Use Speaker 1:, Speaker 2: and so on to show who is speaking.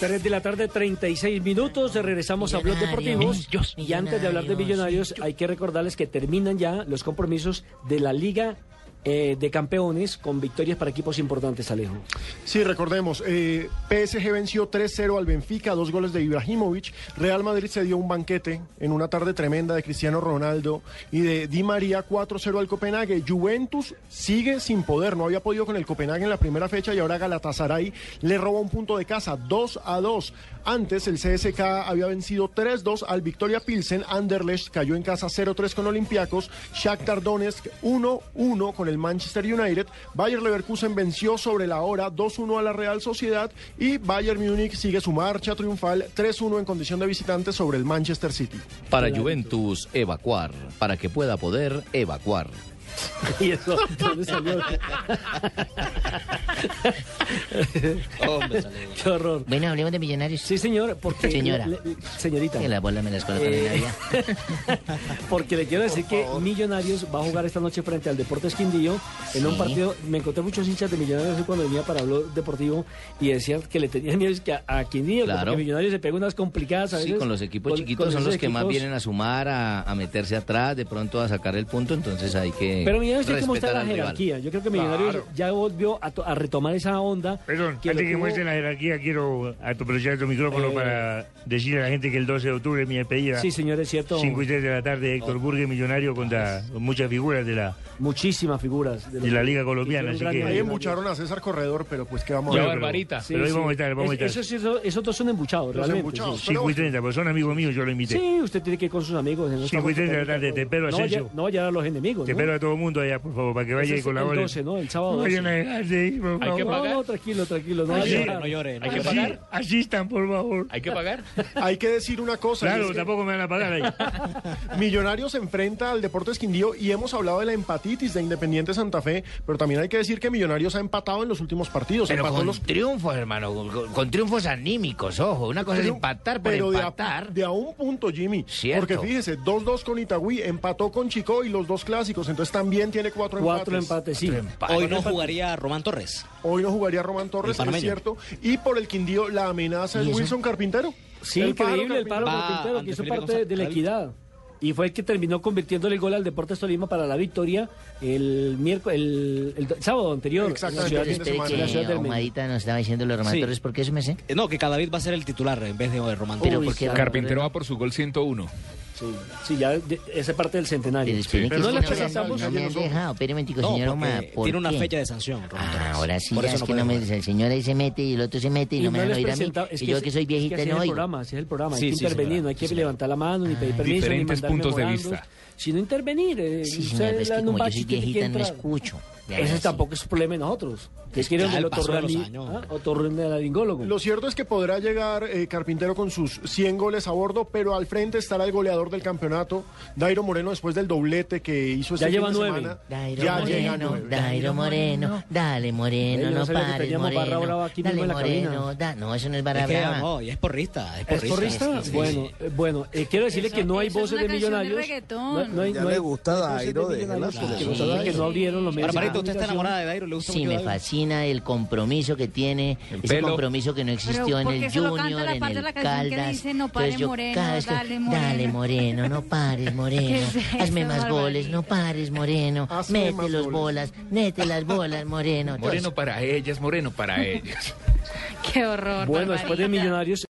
Speaker 1: 3 de la tarde, 36 minutos. Regresamos a Blog Deportivos.
Speaker 2: Millonarios,
Speaker 1: Y antes de hablar de
Speaker 2: millonarios,
Speaker 1: Millonarios, hay que recordarles que terminan ya los compromisos de la Liga eh, de Campeones con victorias para equipos importantes, Alejo.
Speaker 3: Sí, recordemos, eh, PSG venció 3-0 al Benfica, dos goles de Ibrahimovic. Real Madrid se dio un banquete en una tarde tremenda de Cristiano Ronaldo y de Di María 4-0 al Copenhague. Juventus sigue sin poder, no había podido con el Copenhague en la primera fecha y ahora Galatasaray le roba un punto de casa, 2-2. Antes el CSK había vencido 3-2 al Victoria Pilsen, Anderlecht cayó en casa 0-3 con Olympiacos, Shakhtar Donetsk 1-1 con el Manchester United, Bayer Leverkusen venció sobre la hora 2-1 a la Real Sociedad y Bayern Múnich sigue su marcha triunfal 3-1 en condición de visitante sobre el Manchester City.
Speaker 4: Para Juventus, evacuar. Para que pueda poder evacuar.
Speaker 1: Y eso, ¿de ¿dónde salió? Qué horror.
Speaker 2: Bueno, hablemos de millonarios.
Speaker 1: Sí, señor, porque.
Speaker 2: Señora.
Speaker 1: señorita.
Speaker 2: Que la bola me las colocan en la
Speaker 1: Eh,
Speaker 2: vida.
Speaker 1: porque le quiero decir que Millonarios va a jugar esta noche frente al Deportes Quindío en un
Speaker 2: Sí.
Speaker 1: partido. Me encontré muchos hinchas de Millonarios hoy cuando venía para hablar deportivo y decían que le tenían miedo es que a, a Quindío,
Speaker 4: Claro.
Speaker 1: porque Millonarios se pega unas complicadas a
Speaker 4: Sí,
Speaker 1: veces.
Speaker 4: con los equipos
Speaker 1: Con-
Speaker 4: chiquitos
Speaker 1: con
Speaker 4: son
Speaker 1: esos
Speaker 4: los que más
Speaker 1: equipos.
Speaker 4: vienen a sumar, a, a meterse atrás, de pronto a sacar el punto, entonces hay que
Speaker 1: Pero Millonarios tiene que mostrar
Speaker 4: respetar
Speaker 1: la
Speaker 4: eh, al rival.
Speaker 1: jerarquía. Yo creo que Millonarios
Speaker 5: Claro.
Speaker 1: ya volvió a, to- a retomar esa onda.
Speaker 5: Perdón,
Speaker 1: que
Speaker 5: antes
Speaker 1: lo
Speaker 5: que
Speaker 1: tuvo-
Speaker 5: muestre la jerarquía, quiero aprovechar tu micrófono
Speaker 1: Eh.
Speaker 5: para decirle a la gente que el 12 de octubre es mi despedida.
Speaker 1: Sí, señor, es cierto.
Speaker 5: 5 y 3 de la tarde, Héctor Burgue, millonario, contra muchas figuras de la...
Speaker 1: Muchísimas figuras.
Speaker 5: De la Liga Colombiana, así que-
Speaker 3: Ahí
Speaker 5: Ahí
Speaker 3: embucharon a César Corredor, pero pues qué vamos
Speaker 5: Bueno,
Speaker 3: a
Speaker 5: pero-
Speaker 3: ver.
Speaker 6: Barbarita.
Speaker 5: Pero ahí vamos a estar, vamos a estar.
Speaker 1: Esos, esos, esos dos son embuchados, realmente.
Speaker 3: embuchados.
Speaker 1: sí.
Speaker 5: 5 y 30, pues son amigos míos, yo lo invité.
Speaker 1: Sí, usted tiene que ir con sus amigos. en los
Speaker 5: Cinco
Speaker 1: campos
Speaker 5: y treinta pues, de la tarde, te espero,
Speaker 1: no,
Speaker 5: Asensio.
Speaker 1: ya- No, ya a los enemigos.
Speaker 5: Te
Speaker 1: ¿no?
Speaker 5: espero a todo el mundo allá, por favor, para que vaya
Speaker 1: Ese
Speaker 5: y
Speaker 1: es el
Speaker 5: colabore.
Speaker 1: 12, ¿no? El sábado
Speaker 5: No
Speaker 1: 12.
Speaker 5: vayan a dejar de ir, por
Speaker 6: Hay que
Speaker 5: favor.
Speaker 1: No,
Speaker 6: pagar?
Speaker 1: no, tranquilo, tranquilo. No,
Speaker 5: Así-
Speaker 1: ya.
Speaker 6: llore, no llore, no
Speaker 5: así-
Speaker 6: llore. pagar?
Speaker 5: Asistan, por favor.
Speaker 6: ¿Hay que pagar?
Speaker 3: Hay que decir una cosa. y es
Speaker 5: Claro,
Speaker 3: que-
Speaker 5: tampoco me van a pagar ahí.
Speaker 3: Millonarios se enfrenta al Deportes Quindío y hemos hablado de la empatitis de Independiente Santa Fe, pero también hay que decir que Millonarios ha empatado en los últimos partidos.
Speaker 4: Pero
Speaker 3: empató
Speaker 4: con
Speaker 3: los
Speaker 4: triunfos, hermano, con, con triunfos anímicos, ojo. Una cosa es
Speaker 3: pero-
Speaker 4: empatar por
Speaker 3: pero de a-
Speaker 4: empatar.
Speaker 3: De a, un punto, Jimmy.
Speaker 4: Cierto.
Speaker 3: Porque fíjese, 2-2 con Itagüí, empató con Chico y los dos clásicos, entonces también tiene cuatro,
Speaker 1: Cuatro
Speaker 3: empates.
Speaker 1: empates, sí.
Speaker 7: Hoy no jugaría Román Torres.
Speaker 3: Hoy no jugaría Román Torres,
Speaker 7: El
Speaker 3: es
Speaker 7: panameño.
Speaker 3: cierto. Y por el Quindío, la amenaza es Wilson Carpintero.
Speaker 1: Sí,
Speaker 3: El pájaro
Speaker 1: increíble el paro
Speaker 7: Va
Speaker 1: carpintero que
Speaker 7: ante
Speaker 1: hizo
Speaker 7: Felipe
Speaker 1: parte de la
Speaker 7: González.
Speaker 1: equidad. Y fue el que terminó convirtiéndole el gol al Deportes Tolima para la victoria el miércoles, el, el do- sábado anterior. en la
Speaker 3: Exactamente,
Speaker 1: ciudad
Speaker 3: el fin de
Speaker 1: de-
Speaker 2: Espere
Speaker 3: semana.
Speaker 1: en la ciudad
Speaker 2: que
Speaker 1: del Medellín.
Speaker 2: Ahumadita nos estaba diciendo los Román
Speaker 1: Sí.
Speaker 2: Torres, ¿por qué eso me sé?
Speaker 7: Eh, No, que cada vez va a ser el titular en vez de eh, Román
Speaker 2: Pero
Speaker 7: Torres.
Speaker 1: Uy,
Speaker 2: porque
Speaker 1: claro.
Speaker 6: Carpintero va por su gol 101.
Speaker 1: Sí, sí, ya de- esa parte del centenario.
Speaker 2: Pero espere que
Speaker 3: Pero no
Speaker 2: es que
Speaker 3: las
Speaker 2: no, me han-
Speaker 3: tratamos
Speaker 2: no
Speaker 3: ayer
Speaker 2: me han
Speaker 3: nosotros.
Speaker 2: dejado. Espere un momentico,
Speaker 7: No,
Speaker 2: pues, señor
Speaker 7: porque
Speaker 2: Ahumada, ¿por
Speaker 7: tiene una
Speaker 2: qué?
Speaker 7: fecha de sanción, Román
Speaker 2: Ah,
Speaker 7: Torres.
Speaker 2: ahora sí,
Speaker 7: Por
Speaker 2: ya
Speaker 7: eso
Speaker 2: es
Speaker 7: no
Speaker 2: que no
Speaker 7: puede
Speaker 2: me
Speaker 7: jugar.
Speaker 2: el señor ahí se mete y el otro se mete y, no me
Speaker 1: les
Speaker 2: van a oír a mí.
Speaker 1: presenta- es
Speaker 2: y
Speaker 1: que
Speaker 2: yo
Speaker 1: es-
Speaker 2: que soy viejita
Speaker 1: es que así es
Speaker 2: no
Speaker 1: el
Speaker 2: oigo.
Speaker 1: programa, así es el programa,
Speaker 7: Sí,
Speaker 1: hay que
Speaker 7: sí,
Speaker 1: intervenir,
Speaker 7: señora,
Speaker 1: no hay que
Speaker 7: sí, señora.
Speaker 1: levantar la mano ni pedir permiso ni
Speaker 6: diferentes
Speaker 1: mandar
Speaker 6: puntos de
Speaker 1: memorandos,
Speaker 6: vista.
Speaker 1: sino intervenir. eh,
Speaker 2: Sí,
Speaker 1: usted
Speaker 2: señor, pero es
Speaker 1: le
Speaker 2: que
Speaker 1: dan un
Speaker 2: como yo
Speaker 1: bache
Speaker 2: soy
Speaker 1: y tiene que
Speaker 2: viejita no
Speaker 1: entrar.
Speaker 2: escucho. Ya,
Speaker 1: Ese
Speaker 2: sí.
Speaker 1: tampoco es problema de nosotros. Que quieren
Speaker 7: Ya,
Speaker 1: el
Speaker 7: el paso de los
Speaker 1: otorrani-
Speaker 7: años.
Speaker 1: ¿ah? otorrinolaringólogo.
Speaker 3: Lo cierto es que podrá llegar eh, Carpintero con sus 100 goles a bordo, pero al frente estará el goleador del campeonato, Dairo Moreno, después del doblete que hizo
Speaker 1: Ya
Speaker 3: este fin
Speaker 1: lleva
Speaker 3: de
Speaker 1: nueve.
Speaker 3: semana.
Speaker 2: Dairo
Speaker 3: ya llega
Speaker 2: Moreno,
Speaker 3: nueve.
Speaker 2: Dairo Moreno, dale Moreno,
Speaker 1: Yo no
Speaker 2: no
Speaker 1: sabía que
Speaker 2: pares
Speaker 1: teníamos barra brava
Speaker 2: Moreno,
Speaker 1: aquí
Speaker 2: dale
Speaker 1: mismo en la
Speaker 2: Moreno,
Speaker 1: cabina.
Speaker 2: da, no, eso no es barra
Speaker 7: Es que,
Speaker 2: brava.
Speaker 7: no, y es porrista. Es
Speaker 1: ¿Es
Speaker 7: porrista.
Speaker 1: porrista?
Speaker 7: Sí, sí,
Speaker 1: bueno,
Speaker 7: sí.
Speaker 1: eh, bueno eh, quiero decirle
Speaker 8: Eso-
Speaker 1: que no hay
Speaker 8: eso es
Speaker 1: voces
Speaker 8: una
Speaker 1: de
Speaker 8: canción de
Speaker 1: millonarios.
Speaker 8: reggaetón.
Speaker 9: Ya le gusta
Speaker 1: hay voces
Speaker 9: Dairo, déjela
Speaker 1: millonarios
Speaker 9: que le
Speaker 1: porque
Speaker 2: gusta
Speaker 1: resulta que
Speaker 2: Dairo.
Speaker 1: no abrieron los medios. de
Speaker 7: Barbarita, ¿usted está
Speaker 1: comunicación.
Speaker 7: enamorada de Dairo? ¿Le gusta
Speaker 2: Sí,
Speaker 7: mucho
Speaker 2: me
Speaker 7: Dairo?
Speaker 2: fascina el compromiso que tiene,
Speaker 6: El
Speaker 2: ese
Speaker 6: pelo.
Speaker 2: compromiso que no existió
Speaker 8: Pero,
Speaker 2: en
Speaker 8: ¿por qué
Speaker 2: el
Speaker 8: solo canta
Speaker 2: Junior,
Speaker 8: la
Speaker 2: en
Speaker 8: parte de
Speaker 2: el
Speaker 8: la canción que
Speaker 2: Caldas.
Speaker 8: dice, no
Speaker 2: Entonces
Speaker 8: pares,
Speaker 2: yo
Speaker 8: moreno,
Speaker 2: cada vez que,
Speaker 8: dale, moreno?
Speaker 2: dale moreno, no pares moreno,
Speaker 8: ¿Qué es eso,
Speaker 2: hazme más
Speaker 8: Barbarita?
Speaker 2: goles, no pares moreno,
Speaker 3: Hazme
Speaker 2: mete
Speaker 3: más
Speaker 2: los
Speaker 3: goles.
Speaker 2: bolas, mete las bolas moreno. Entonces,
Speaker 6: Moreno para ellas, moreno para ellas.
Speaker 8: Qué horror.
Speaker 1: Bueno, después de
Speaker 8: Barbarita.
Speaker 1: millonarios.